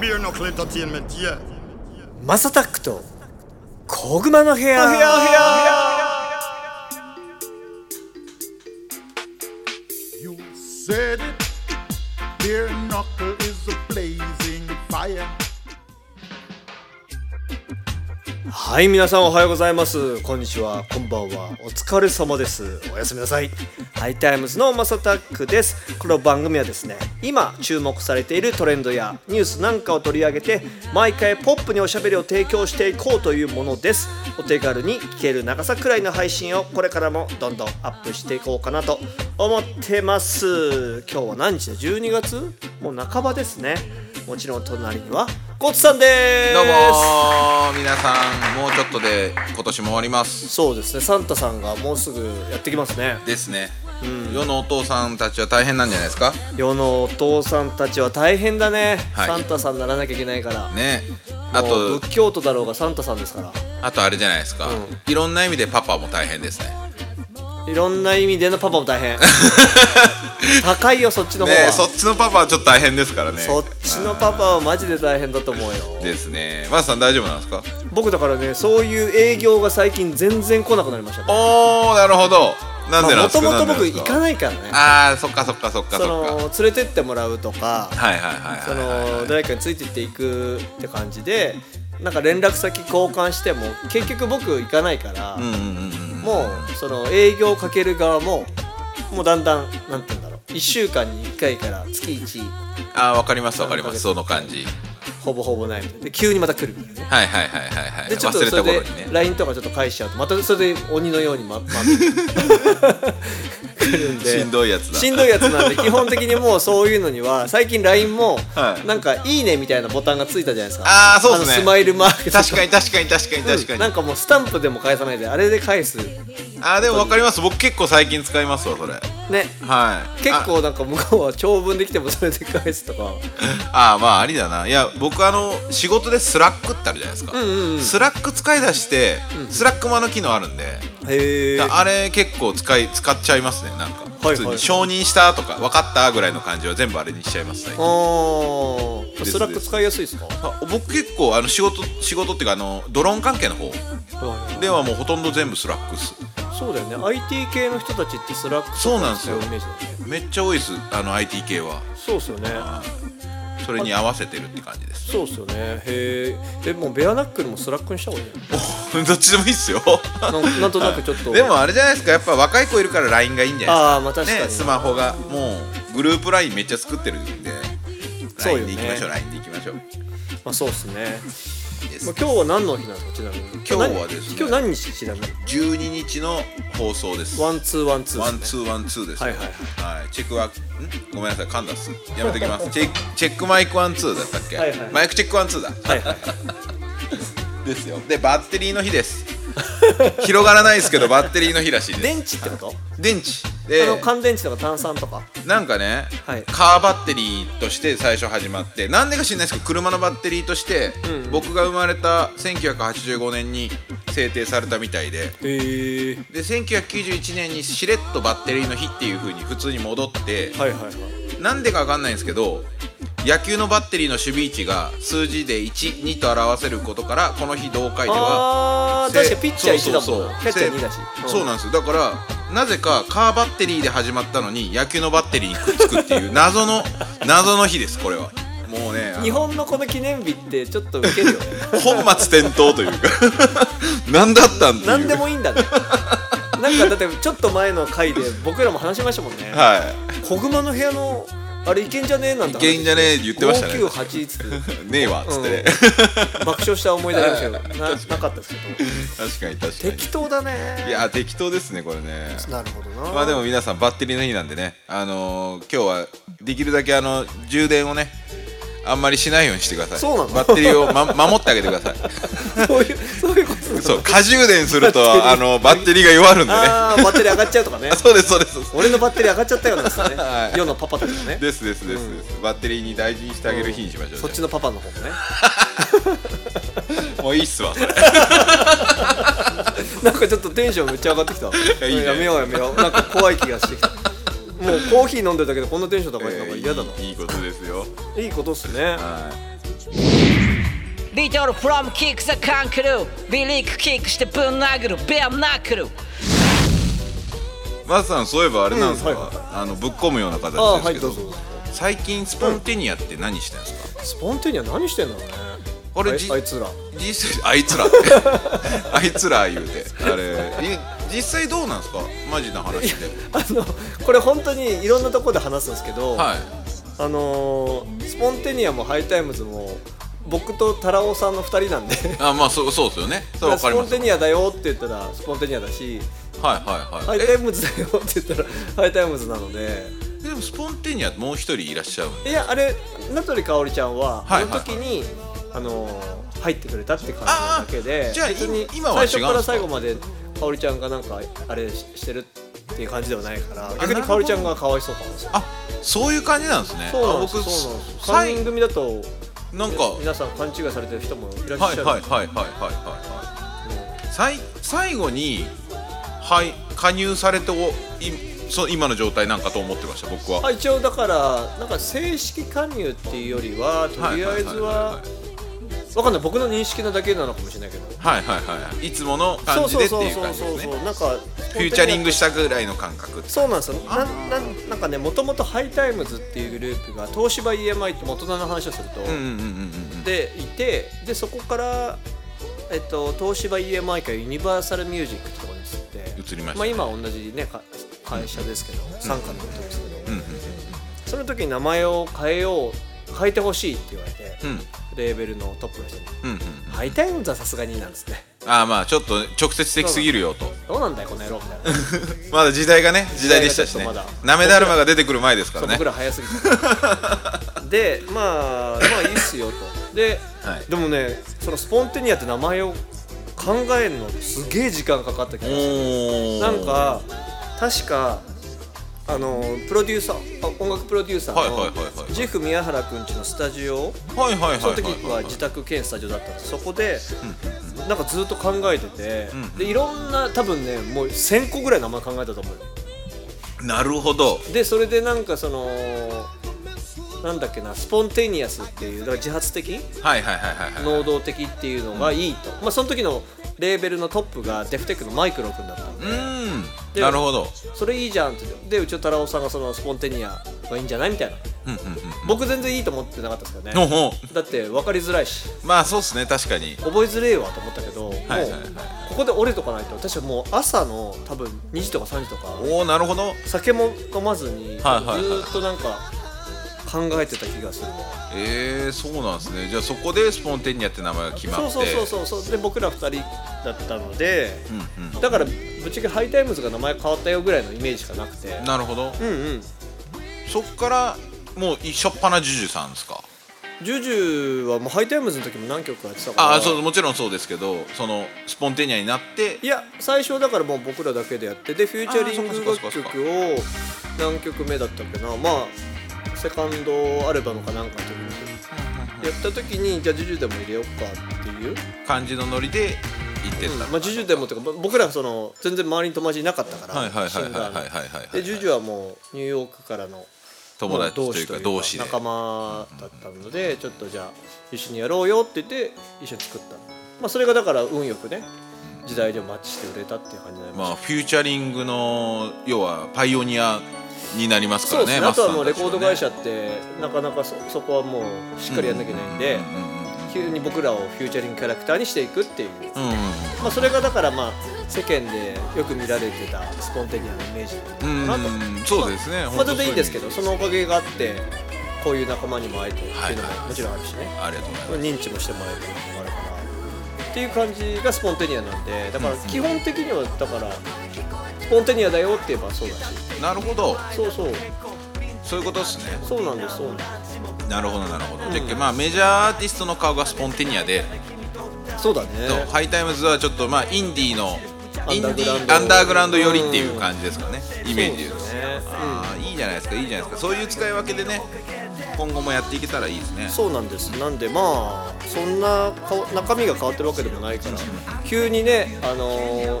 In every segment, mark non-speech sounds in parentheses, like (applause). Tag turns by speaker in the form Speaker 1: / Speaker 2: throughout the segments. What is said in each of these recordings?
Speaker 1: ビーノクレタティエンメンティエ
Speaker 2: マサタックと小熊の部屋はい皆さんおはようございますこんにちはこんばんはお疲れ様ですおやすみなさいハイタイムズのマサタックですこの番組はですね今注目されているトレンドやニュースなんかを取り上げて毎回ポップにおしゃべりを提供していこうというものですお手軽に聞ける長さくらいの配信をこれからもどんどんアップしていこうかなと思ってます今日は何日だ12月もう半ばですねもちろん隣にはゴッツさんです
Speaker 3: どうもー皆さんもうちょっとで今年も終わります
Speaker 2: そうですねサンタさんがもうすぐやってきますね
Speaker 3: ですね、世のお父さんたちは大変なんじゃないですか
Speaker 2: 世のお父さんたちは大変だね、
Speaker 3: はい
Speaker 2: サンタさんにならなきゃいけないから、
Speaker 3: ねあ
Speaker 2: もう
Speaker 3: と
Speaker 2: 仏教徒だろうがサンタさんですか
Speaker 3: あとあれじゃないですか、いろんな意味でパパも大変ですね
Speaker 2: らいろんな意味でのパパも大
Speaker 3: (laughs)
Speaker 2: 変高いよそっちの方は、
Speaker 3: ねそっちのパパはちょっと大変ですからね
Speaker 2: そっちのパパはマジで大変だと思うよ
Speaker 3: ですねマスさん大丈夫なんですか
Speaker 2: 僕だからねそういう営業が最近全然来なくなりましたね
Speaker 3: おーなるほどなんでなん
Speaker 2: も
Speaker 3: です
Speaker 2: と
Speaker 3: か
Speaker 2: もと
Speaker 3: なん
Speaker 2: 僕
Speaker 3: でなんです
Speaker 2: 行
Speaker 3: か
Speaker 2: かないからね
Speaker 3: あーそっかそっかそっか
Speaker 2: そ
Speaker 3: そっか
Speaker 2: の連れてってもらうとか
Speaker 3: はいはいはい
Speaker 2: そ
Speaker 3: はいはい
Speaker 2: の誰かについていっていくって感じでなんか連絡先交換しても結局僕行かないから、
Speaker 3: うんうんうんうん
Speaker 2: もうその営業かける側ももうだんだんなんて言うんだろう1週間に1回から月1
Speaker 3: あーわかりますわかりますその感じ
Speaker 2: ほぼほぼないみたいなで急にまた来るみたいなね
Speaker 3: はいはいはいはいはい
Speaker 2: でちょっと
Speaker 3: 忘れ
Speaker 2: それ
Speaker 3: た頃
Speaker 2: で
Speaker 3: にね
Speaker 2: LINE とかちょっと返しちゃうとまたそれで鬼のようにまま来るんで
Speaker 3: しんどいやつだ
Speaker 2: しんどいやつなんで基本的にもうそういうのには最近 LINE も
Speaker 3: はい
Speaker 2: なんか「いいね」みたいなボタンがついたじゃないですか
Speaker 3: あーそうですね
Speaker 2: あのスマイルマーク
Speaker 3: 確かに確かに確かに確かに、
Speaker 2: なんかもうスタンプでも返さないであれで返すね
Speaker 3: あーでも分かります僕結構最近使いますわそれはい
Speaker 2: 結構なんか向こうは長文できてもそれで返すとか
Speaker 3: ああーまあありだないや僕あの仕事でスラックってあるじゃないですか、スラック使い出して、スラックもあの機能あるんで、
Speaker 2: へえ
Speaker 3: だあれ結構使い使っちゃいますねなんか
Speaker 2: はい
Speaker 3: 普通に承認したとか分かったぐらいの感じは全部あれにしちゃいますね
Speaker 2: おー
Speaker 3: です
Speaker 2: スラック使いやすいですか
Speaker 3: あ僕結構あの仕事仕事っていうかあのドローン関係の方ではもうほとんど全部スラックっす
Speaker 2: そうだよね IT 系の人たちってスラック
Speaker 3: そうなんですよ
Speaker 2: 使うイメージだね
Speaker 3: めっちゃ多いっすあの IT 系は
Speaker 2: そうっすよね
Speaker 3: それに合わせてるって感じです
Speaker 2: そうっすよねへええもうベアナックルもスラックにした方がいい
Speaker 3: (laughs)
Speaker 2: の
Speaker 3: おどっちでもいいっすよ
Speaker 2: なんなんとなくちょっと
Speaker 3: でもあれじゃないですかやっぱ若い子いるから LINE がいいんじゃ
Speaker 2: ああ
Speaker 3: ない
Speaker 2: まあ確
Speaker 3: ですか
Speaker 2: かに、
Speaker 3: ねスマホがもうグループ LINE めっちゃ作ってるんで
Speaker 2: そうよ
Speaker 3: LINE で
Speaker 2: ね
Speaker 3: いきましょう LINE でいきましょう
Speaker 2: まあそうっすね、
Speaker 3: です
Speaker 2: まあ、今日は何の日なんですかちなみに
Speaker 3: 今日はですね
Speaker 2: 今日何日ちなみに
Speaker 3: 12日の放送です
Speaker 2: ワンツーワンツー
Speaker 3: ワン
Speaker 2: です
Speaker 3: ツーワンツーです
Speaker 2: は
Speaker 3: ね
Speaker 2: いはい
Speaker 3: はいチェックワんごめんなさい噛んだっすやめときますチェックチェックマイクワンツーだったっけ
Speaker 2: はいはい
Speaker 3: マイクチェックワンツーだ
Speaker 2: ねはいはい
Speaker 3: ですよでバッテリーの日です広がらないですけどバッテリーの日らしいです
Speaker 2: 電池ってこと、
Speaker 3: 電池で
Speaker 2: あの乾電池とか炭酸とか
Speaker 3: なんかね、
Speaker 2: はい
Speaker 3: カーバッテリーとして最初始まってなんでか知らないですけど車のバッテリーとして、
Speaker 2: うん
Speaker 3: 僕が生まれた1985年に制定されたみたいで
Speaker 2: へえ
Speaker 3: で1991年にしれっとバッテリーの日っていう風に普通に戻って
Speaker 2: はいはいはい
Speaker 3: なんでかわかんないんですけど野球のバッテリーの守備位置が数字で12と表せることからこの日同回では
Speaker 2: あー
Speaker 3: せ
Speaker 2: 確かにピッチャー1だもん
Speaker 3: そうそう
Speaker 2: な
Speaker 3: そう
Speaker 2: キャッチャー2だし、
Speaker 3: せそうなんですよだからなぜかカーバッテリーで始まったのに野球のバッテリーにくっつくっていう謎の (laughs) 謎の日ですこれはもうねあの
Speaker 2: 日本のこの記念日ってちょっとウケるよね
Speaker 3: 本末転倒というか (laughs) 何だったんっていう
Speaker 2: 何でもいいんだねなんかだってちょっと前の回で僕らも話しましたもんね
Speaker 3: は
Speaker 2: 小熊の部屋のあれいけんじゃねえなん
Speaker 3: い
Speaker 2: て
Speaker 3: い
Speaker 2: 話
Speaker 3: けんじゃねえ言ってましたね
Speaker 2: 598っつって
Speaker 3: ねえわっつって (laughs) ね、
Speaker 2: 爆笑した思い出ありま
Speaker 3: (laughs)
Speaker 2: したけどななかったですけど
Speaker 3: 確かに確かに
Speaker 2: 適当だね
Speaker 3: いや適当ですねこれね
Speaker 2: なるほどな
Speaker 3: まあでも皆さんバッテリーの日なんでねあのー今日はできるだけあの充電をねあんまりしないようにしてください
Speaker 2: そうなの
Speaker 3: バッテリーを、ま、守ってあげてください
Speaker 2: そういうそういうこと
Speaker 3: (laughs) そう過充電する
Speaker 2: バッテリ
Speaker 3: と
Speaker 2: ー
Speaker 3: あのバッテリーが弱るんでね
Speaker 2: ああバッテリー上がっちゃうとか
Speaker 3: (laughs)
Speaker 2: ね
Speaker 3: あそうですそうですそうです
Speaker 2: 俺のバッテリー上がっちゃったよなんですよね、
Speaker 3: はい
Speaker 2: 世のパパとかね
Speaker 3: ですですです、バッテリーに大事にしてあげる日にしましょう、ね
Speaker 2: そっちのパパの方もね
Speaker 3: もういい
Speaker 2: (laughs)
Speaker 3: っすわそれ
Speaker 2: なんかちょっとテンションめっちゃ上がってきた
Speaker 3: や (laughs) いいね
Speaker 2: やめようやめようなんか怖い気がしてきたも
Speaker 3: (laughs)
Speaker 2: うコーヒー飲んでるだけでこんなテンション高いのなんか嫌だな、
Speaker 3: いいいいことですよ
Speaker 2: いいことっすね
Speaker 3: は
Speaker 1: リトルフロムキックザカンクルービリークキックしてぶん殴るベアナックル
Speaker 3: マスさんそういえばあれなんですか、
Speaker 2: うんはい
Speaker 3: あのぶっ込むような形
Speaker 2: ああは
Speaker 3: です
Speaker 2: い
Speaker 3: け
Speaker 2: ど
Speaker 3: ど,、
Speaker 2: うぞどうぞ
Speaker 3: 最近スポンテニアって何してんですか、
Speaker 2: スポンティニア何してんだろうね
Speaker 3: これ
Speaker 2: あい
Speaker 3: じ
Speaker 2: あいつら
Speaker 3: 実際あ
Speaker 2: (laughs)
Speaker 3: いつらってあいつら言うてあれい実際どうなんですかマジな話で
Speaker 2: あのこれ本当にいろんなところで話すんですけど、
Speaker 3: はい
Speaker 2: あのースポンテニアもハイタイムズも僕とタラオさんの2人なんで
Speaker 3: あまあそうそうですよねそうわか
Speaker 2: ス
Speaker 3: り
Speaker 2: ポ
Speaker 3: ま
Speaker 2: ン
Speaker 3: すは
Speaker 2: テ
Speaker 3: い
Speaker 2: ニアだよって言ったらスポンテニアだし
Speaker 3: はい
Speaker 2: ハ
Speaker 3: はい
Speaker 2: イタイムズだよって言ったらハイタイムズなので
Speaker 3: えでもスポンテニアってもう一人いらっしゃるんで
Speaker 2: いやあれ名取かおりちゃんは、
Speaker 3: はいはい
Speaker 2: あの時にあのー入ってくれたって感じなだけ
Speaker 3: あ
Speaker 2: で
Speaker 3: ーじゃあ
Speaker 2: 別に
Speaker 3: い今は違うんですか
Speaker 2: 最初から最後までかおりちゃんがなんかあれししてるっていう感じではないから逆に
Speaker 3: なるほど
Speaker 2: かおりちゃんがかわいそうかもしれない
Speaker 3: あそういう感じなんですね
Speaker 2: そうなんです
Speaker 3: あ僕
Speaker 2: そうなんです
Speaker 3: さ
Speaker 2: 3
Speaker 3: い
Speaker 2: 人組だと
Speaker 3: なんか
Speaker 2: 皆さん勘違いされてる人もいらっしゃ
Speaker 3: はい
Speaker 2: る、
Speaker 3: はいはいはいはいはいはい最最後にはい加入されておいそ今の状態なんかと思ってました僕は、
Speaker 2: あ一応だからなんか正式加入っていうよりはとりあえずはわかんない僕の認識なだけなのかもしれないけど
Speaker 3: はいはいはいはいいつもの
Speaker 2: そ
Speaker 3: 感
Speaker 2: う
Speaker 3: じ
Speaker 2: そ
Speaker 3: で
Speaker 2: う
Speaker 3: って
Speaker 2: そう
Speaker 3: いう
Speaker 2: そ
Speaker 3: 感
Speaker 2: う
Speaker 3: じ
Speaker 2: そ
Speaker 3: で
Speaker 2: う
Speaker 3: す
Speaker 2: そう
Speaker 3: ね
Speaker 2: なんか
Speaker 3: フューチャリングしたたぐらいの感覚
Speaker 2: そうなんですよななんなんかねもともとハイタイムズっていうグループが東芝 EMI って元々の話をすると、
Speaker 3: うんうんうんうんうん
Speaker 2: でいてでそこから、えっと、東芝 EMI かユニバーサルミュージックってとこに移って
Speaker 3: 移りましたね
Speaker 2: あ、今は同じねか会社ですけど傘下のことですけど、
Speaker 3: うんうん
Speaker 2: その時に名前を変えよう変えてほしいって言われて、
Speaker 3: うん
Speaker 2: レーベルのトップの人に
Speaker 3: うんうん
Speaker 2: 「ハイタイムズはさすがに」なんですね
Speaker 3: ああまあちょっと直接的すぎるよと
Speaker 2: 「どうなんだよこの野郎」みたいな
Speaker 3: まだ時代がね時代でしたしね
Speaker 2: 時代がちょっとまだ
Speaker 3: なめだるまが出てくる前ですか
Speaker 2: そう
Speaker 3: らね
Speaker 2: 僕ら早すぎて
Speaker 3: (laughs)
Speaker 2: でまあまあいいっすよとで、
Speaker 3: はい
Speaker 2: でもねそのスポンテニアって名前を考えるのすげえ時間かかった気がする
Speaker 3: おお
Speaker 2: なんか確かあのプロデューサーあ音楽プロデューサ
Speaker 3: はいはいはい
Speaker 2: ー
Speaker 3: は
Speaker 2: の
Speaker 3: い
Speaker 2: ジェフ宮原くんちのスタジオ
Speaker 3: はいはいはいはい
Speaker 2: その時は
Speaker 3: はい
Speaker 2: 自宅兼スタジオだったんですそこでなんかずっと考えてて
Speaker 3: うんうん
Speaker 2: でいろんな多分ねもう1000個ぐらい名前考えたと思うよ
Speaker 3: なるほど
Speaker 2: でそれでなんかそのなんだっけなスポンテニアスっていうだから自発的
Speaker 3: はいはいはいはいはい
Speaker 2: 能動的っていうのがいいとまあその時のレーベルのトップがデフテックのマイクロ君だったんで
Speaker 3: うーん
Speaker 2: で
Speaker 3: なるほど
Speaker 2: それいいじゃんって言ってでうちの太郎さんがそのスポンテニアがいいんじゃないみたいな
Speaker 3: うんうんうん
Speaker 2: 僕全然いいと思ってなかったですけど
Speaker 3: ほう
Speaker 2: ね
Speaker 3: ほ
Speaker 2: だって分かりづらいし
Speaker 3: うまあそうっすね確かに
Speaker 2: 覚えづれえわと思ったけど、
Speaker 3: はいはいはい
Speaker 2: もうここで折れとかないと私はもう朝の多分2時とか3時とか
Speaker 3: おおなるほど
Speaker 2: 酒も飲まずに、
Speaker 3: はいはいはい
Speaker 2: ずーっとなんか考えてた気がする
Speaker 3: えー、そうなんですねじゃあそこでスポンテニアって名前が決まっ
Speaker 2: そ
Speaker 3: て
Speaker 2: うそうそうそうそうで僕ら2人だったので、
Speaker 3: うんうん
Speaker 2: だからぶっちゃけハイタイムズが名前変わったよぐらいのイメージしかなくて
Speaker 3: なるほど
Speaker 2: うんうん
Speaker 3: そっからもうしょっぱなジュジュさんですか
Speaker 2: ジュジュはもうハイタイムズの時も何曲かやってたから
Speaker 3: ああそうもちろんそうですけどそのスポンテニアになって
Speaker 2: いや最初だからもう僕らだけでやってでフューチャリング楽
Speaker 3: あーそっかそっかそっか
Speaker 2: 曲を何曲目だったっけなまあセカンドアルバムかなんかの時にやった時にじゃあ JUJU でも入れようかっていう、
Speaker 3: 感じのノリで行ってっ
Speaker 2: うん
Speaker 3: た、
Speaker 2: まあ JUJU でもっていうかぼ僕らその全然周りに友達いなかったから
Speaker 3: はいはいはいはいはいはいは
Speaker 2: シ
Speaker 3: い
Speaker 2: ンガーので
Speaker 3: はい
Speaker 2: JUJU はもうニューヨークからの
Speaker 3: 友達
Speaker 2: も
Speaker 3: というか同士で
Speaker 2: 仲間だったのでちょっとじゃあ一緒にやろうよって言って一緒に作った、まあ、それがだから運よくね時代でマッチして売れたっていう感じになりました
Speaker 3: まあフューチャリングの要はパイオニアになりますか
Speaker 2: そう
Speaker 3: ら
Speaker 2: で
Speaker 3: ね
Speaker 2: すねあとはもう
Speaker 3: マ
Speaker 2: レ
Speaker 3: スタ
Speaker 2: コード
Speaker 3: たちはね
Speaker 2: 会社ってなかなかそそこはもうしっかりやんなきゃいけないんで、急に僕らをフューチャリングキャラクターにしていくっていう、
Speaker 3: うんうんうん
Speaker 2: まあ、それがだからまあ世間でよく見られてたスポンテニアのイメージ
Speaker 3: うん
Speaker 2: なのかなと、
Speaker 3: うんうんそうです
Speaker 2: ま
Speaker 3: ね
Speaker 2: あま
Speaker 3: 本
Speaker 2: あ
Speaker 3: 当
Speaker 2: 全然いいですけど
Speaker 3: そう
Speaker 2: そのおかげがあってこういう仲間にも会えてっていうの
Speaker 3: はいは
Speaker 2: も
Speaker 3: い
Speaker 2: もちろんあるしね、
Speaker 3: ありがとうござい
Speaker 2: 認
Speaker 3: ます
Speaker 2: 知もしてもらえるっていうのもあるからっていう感じがスポンテニアなんでだから基本的にはだからスポンテニアだよって言えばそうだし
Speaker 3: なるほど
Speaker 2: そうそう
Speaker 3: そういうことですね
Speaker 2: そうなんですそうなんです
Speaker 3: なるほどなるほど、
Speaker 2: うん
Speaker 3: でまあメジャーアーティストの顔がスポンテニアで、
Speaker 2: そうだね
Speaker 3: そうハイタイムズはちょっとまあインディーの
Speaker 2: ア
Speaker 3: イ
Speaker 2: ン
Speaker 3: ン
Speaker 2: ダ
Speaker 3: デ
Speaker 2: ーグ
Speaker 3: ィ
Speaker 2: ラウンド
Speaker 3: ーアンダーグラウンド寄りっていう感じですかねイメージで
Speaker 2: そう
Speaker 3: す
Speaker 2: ですね
Speaker 3: ああいいじゃないですかいいじゃないですかそういう使い分けでね今後もやっていけたらいいですね
Speaker 2: そうなんですなんでまあそんなか中身が変わってるわけでもないから急にねあのー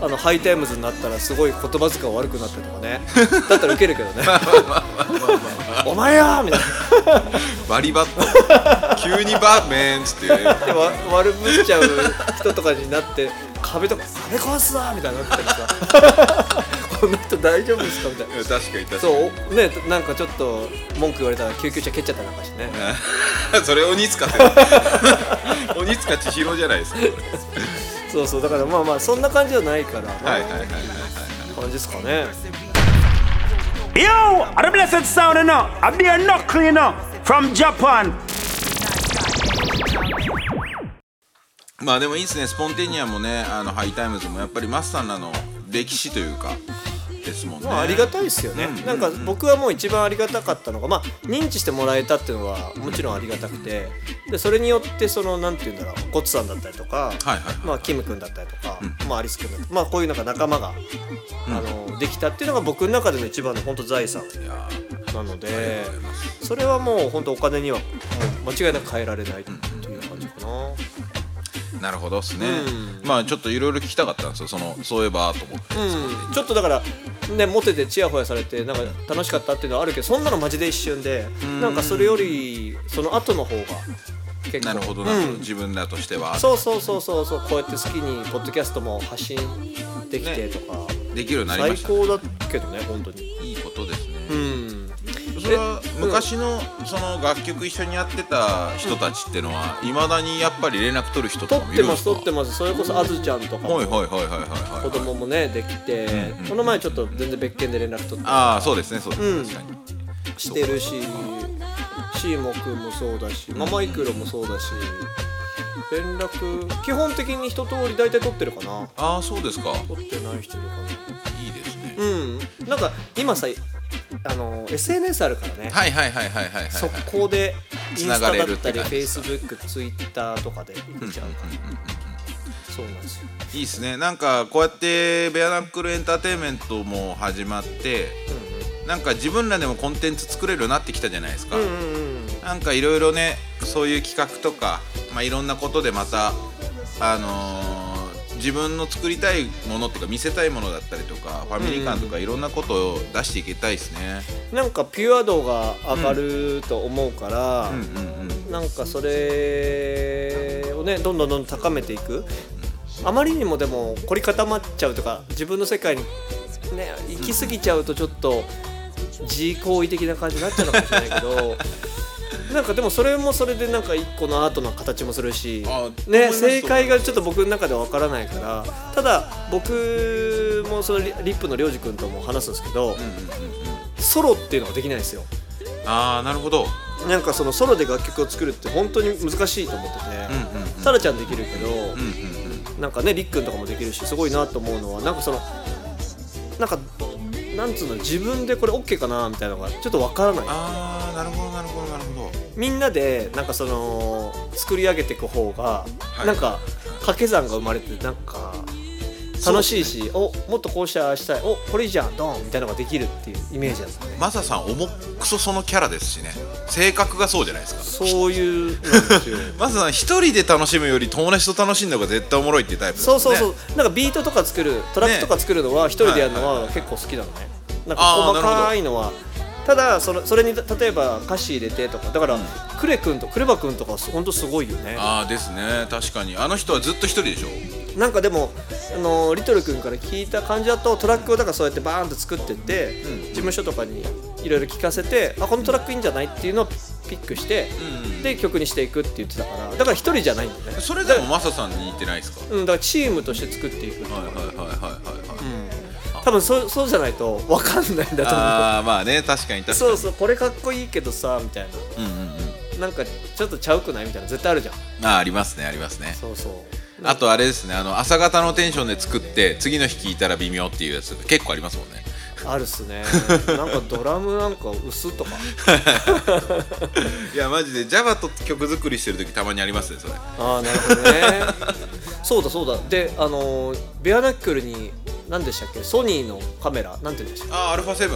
Speaker 2: あのハイタイムズになったらすごい言葉遣い悪くなったりとか
Speaker 3: (laughs)
Speaker 2: ねだったらウケるけどねお前やみたいな
Speaker 3: バリ
Speaker 2: (laughs)
Speaker 3: バット急にバーメンっつってね
Speaker 2: でわ悪ぶっちゃう人とかになって壁とか「壁壊すな」みたいになったり
Speaker 3: (laughs)
Speaker 2: さ「この人大丈夫ですか?」みたいな
Speaker 3: 確かに確かに
Speaker 2: そうねなんかちょっと文句言われたら救急車蹴っちゃったりなんかしてね
Speaker 3: あ (laughs) それ
Speaker 2: (laughs)
Speaker 3: 鬼塚って鬼塚千尋じゃないですかこれ
Speaker 2: そうそうだからまあまあそんな感じじゃないから
Speaker 3: はいはいはいはいはい
Speaker 2: 感じですかね
Speaker 4: Yo, are the blessed sound enough? I'm there not clean up from Japan.
Speaker 3: まあでもいいですねスポンテニアもねあのハイタイムズもやっぱりマスターナの歴史というかですもんね、
Speaker 2: まあ、ありがたいですよね、
Speaker 3: うん
Speaker 2: なんか僕はもう一番ありがたかったのが、まあ、認知してもらえたっていうのはもちろんありがたくてでそれによってそのなんて言うんだろうゴッツさんだったりとか、
Speaker 3: はいはい
Speaker 2: まあ、キム君だったりとか、まあ、アリス君だったり、まあ、こういうなんか仲間が、あのできたっていうのが僕の中での一番の本当財産
Speaker 3: いやー
Speaker 2: なのでそれはもう本当お金にはもう間違いなく変えられないという感じかな。
Speaker 3: なるほどっすね、まあちょっといろいろ聞きたかったんですよそのそういえばと思って、
Speaker 2: うんちょっとだからねモテてチヤホヤされてなんか楽しかったっていうのはあるけどそんなのマジで一瞬でなんかそれよりその後の方が結構
Speaker 3: なるほどなるほど、自分らとしては
Speaker 2: そうそうそうそうそうこうやって好きにポッドキャストも発信できてとか、
Speaker 3: できるようになりま
Speaker 2: 最
Speaker 3: したね
Speaker 2: 高だけどね本当に
Speaker 3: いいことですね、
Speaker 2: うん
Speaker 3: それは昔のその楽曲一緒にやってた人たちってのはいまだにやっぱり連絡取る人
Speaker 2: 撮
Speaker 3: とかも
Speaker 2: っ
Speaker 3: い
Speaker 2: て
Speaker 3: るんで
Speaker 2: ますす
Speaker 3: か
Speaker 2: 撮ってますそれこそあずちゃんとかも
Speaker 3: はいはいはいはいはいはい
Speaker 2: 子供もねできてこの前ちょっと全然別件で連絡取って
Speaker 3: ああそうですねそうですね、確か
Speaker 2: してるしシーモくんもそうだしママイクロもそうだし連絡基本的に一通り大体取ってるかな
Speaker 3: にああそうですか
Speaker 2: 取ってない人いるかない
Speaker 3: いですね、
Speaker 2: うんなんか今さあの SNS あるからね、
Speaker 3: はいはいはいはいはいはい
Speaker 2: 速攻でイン
Speaker 3: 繋
Speaker 2: ス
Speaker 3: が
Speaker 2: タだ
Speaker 3: れ
Speaker 2: っ
Speaker 3: るったて
Speaker 2: り
Speaker 3: 感じですか
Speaker 2: Facebook、Twitter とかでいっちゃうから、そうなんですよ
Speaker 3: いいですねなんかこうやってベアナックルエンターテインメントも始まって、なんか自分らでもコンテンツ作れるようになってきたじゃないですか、なんかいろいろねそういう企画とか、まあ、いろんなことでまたあのー自分の作りたいものとか見せたいものだったりとかファミリー感とかいろんなことを出していけたいですね。
Speaker 2: なんかピュア度が上がると思うから、
Speaker 3: うんうんうん
Speaker 2: なんかそれをねどんどんどんどん高めていくあまりにもでも凝り固まっちゃうとか自分の世界にね行き過ぎちゃうとちょっと自行為的な感じになっちゃうのかもしれないけ
Speaker 3: (laughs)
Speaker 2: どなんかでもそれもそれでなんか一個のアートの形もするし
Speaker 3: あ、思い
Speaker 2: ね、
Speaker 3: ます
Speaker 2: 正解がちょっと僕の中ではわからないからただ僕もそのリリップのりょうじくんとも話すんですけど、ソロっていうのができないんですよ。
Speaker 3: ああなるほど。
Speaker 2: なんかそのソロで楽曲を作るって本当に難しいと思ってて、タラちゃんできるけど、なんかねりっくんとかもできるしすごいなと思うのはなんかそのなんかなんつうの自分でこれ OK かなみたいなのがちょっとわからない
Speaker 3: ああなるほどなるほどなるほど。
Speaker 2: みんなでなんかその作り上げていく方が、
Speaker 3: い
Speaker 2: なんか掛け算が生まれてなんか楽しいし、おもっとこうしたああしたいおこれいいじゃんドンみたいなのができるっていうイメージなんですね
Speaker 3: マサさん重くそそのキャラですしね性格がそうじゃないですか
Speaker 2: そういうのなんですよ
Speaker 3: マサさん一人で楽しむより友達と楽しんだ方が絶対おもろいっていうタイプです
Speaker 2: そ
Speaker 3: もん
Speaker 2: う
Speaker 3: ね
Speaker 2: そうそう、なんかビートとか作るトラックとか作るのは一人でやるの
Speaker 3: はい
Speaker 2: は結構好きなのねなんか
Speaker 3: あー
Speaker 2: 細かいのはただそれそれに例えば歌詞入れてとかだから、クレ君とクレバ君とかはほんとすごいよね
Speaker 3: ああですね確かにあの人はずっと一人でしょ
Speaker 2: なんかでも、あのーリトル君から聞いた感じだとトラックをだからそうやってバーンと作ってって、事務所とかにいろいろ聞かせてあこのトラックいいんじゃないっていうのをピックして、で曲にしていくって言ってたからだから一人じゃないんだよね、
Speaker 3: それでもマサさんに似てないですか
Speaker 2: うん、だからチームとして作っていくっていう
Speaker 3: はいはいはいはいはいはい、
Speaker 2: 多分そうそうじゃないと分かんないんだと思う
Speaker 3: ああまあね確かに確かに
Speaker 2: そうそうこれかっこいいけどさみたいな
Speaker 3: うんうんうん
Speaker 2: なんかちょっとちゃうくないみたいな絶対あるじゃん
Speaker 3: あーありますねありますね
Speaker 2: そうそう
Speaker 3: あとあれですねあの朝方のテンションで作って次の日聞いたら微妙っていうやつ結構ありますもんね
Speaker 2: あるっすね (laughs) なんかドラムなんか薄とか
Speaker 3: いやマジで Java と曲作りしてる時たまにありますねそれ
Speaker 2: ああなるほどねそうだそうだであのーベアナックルに何でしたっけソニーのカメラなんて言うんでしたっ
Speaker 3: ああアルファ7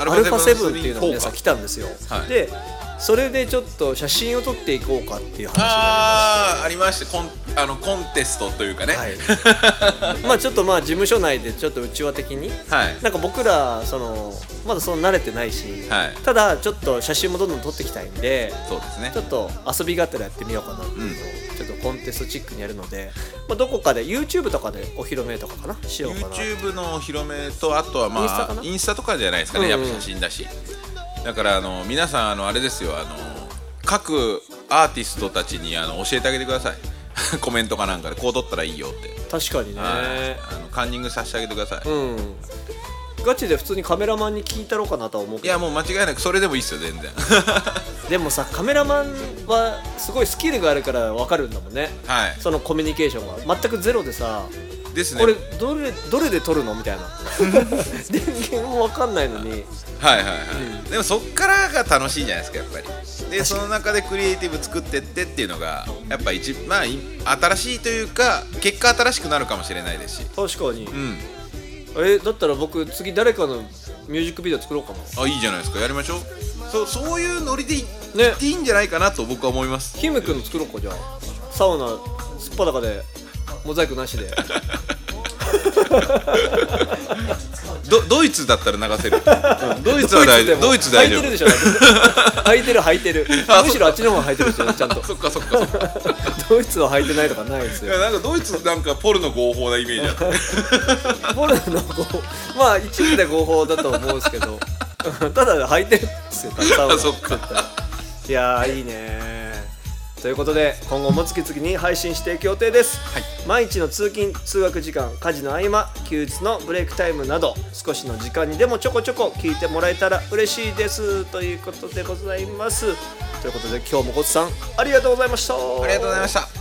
Speaker 3: ア
Speaker 2: けアルファ7っていうのが皆さん来たんですよ、
Speaker 3: はい
Speaker 2: でそれでちょっと写真を撮っていこうかっていう話にな
Speaker 3: ああありましてコンあのコンテストというかね、
Speaker 2: りましたはい、 (laughs) まあちょっとまあ事務所内でちょっと内輪的に、
Speaker 3: はい
Speaker 2: なんか僕らそのまだその慣れてないし、
Speaker 3: はい
Speaker 2: ただちょっと写真もどんどん撮っていきたいんで
Speaker 3: そうですね
Speaker 2: ちょっと遊びがてらやってみようかなっていうのをちょっとコンテストチックにやるので、まあ、どこかで YouTube とかでお披露目とかかなしようかな
Speaker 3: YouTube のお披露目とあとは
Speaker 2: インスタか
Speaker 3: ま
Speaker 2: な
Speaker 3: あインスタとかじゃないですかね、
Speaker 2: うんうん
Speaker 3: やっぱ写真だしだからあの皆さんあのあれですよあの各アーティストたちにあの教えてあげてください (laughs) コメントかなんかでこう撮ったらいいよって、
Speaker 2: 確かにね、
Speaker 3: はいあのカンニングさせてあげてください、
Speaker 2: うんガチで普通にカメラマンに聞いたろうかなとは思う
Speaker 3: い
Speaker 2: け
Speaker 3: やもう間違いなくそれでもいいっすよ全
Speaker 2: (laughs)
Speaker 3: 然
Speaker 2: どでもさカメラマンはすごいスキルがあるから分かるんだもんね
Speaker 3: はい
Speaker 2: そのコミュニケーションが全くゼロでさ
Speaker 3: ですね
Speaker 2: これどれどれで撮るのみ (laughs) たいな電源も分かんないのに
Speaker 3: はいはいはい、でもそっからが楽しいじゃないですかやっぱりでその中でクリエイティブ作ってってっていうのがやっぱ一まあい新しいというか結果新しくなるかもしれないですし
Speaker 2: 確かに
Speaker 3: うん
Speaker 2: えだったら僕次誰かのミュージックビデオ作ろうかな
Speaker 3: あいいじゃないですかやりましょうそうそういうノリでい,、
Speaker 2: ね
Speaker 3: いいんじゃないかなと僕は思います
Speaker 2: キム君の作ろうかじゃあサウナすっぱだかでモザイクなしで
Speaker 3: どドイツだったら流 (laughs) せる、うんドイツは大丈夫ドイツ大丈
Speaker 2: 履いてるで
Speaker 3: 夫
Speaker 2: しょ
Speaker 3: (laughs)
Speaker 2: 履いてる履いてる
Speaker 3: あ
Speaker 2: むしろあっちの方が履いてるでしょちゃんと
Speaker 3: そっかそっかそっ (laughs) か
Speaker 2: ドイツは履いてないとかないです
Speaker 3: い
Speaker 2: よ
Speaker 3: やなんかドイツなんかポルの合法なイメージあって
Speaker 2: ポルノの合法まあ一部で合法だと思うんですけどただ履いてるんですよサウナ
Speaker 3: (laughs) あそっか
Speaker 2: 絶対いやーいいねーということで今後も月々に配信していく予定です、毎日の通勤通学時間家事の合間休日のブレイクタイムなど少しの時間にでもちょこちょこ聞いてもらえたら嬉しいですということでございますということで今日もごつさんありがとうございました
Speaker 3: ありがとうございました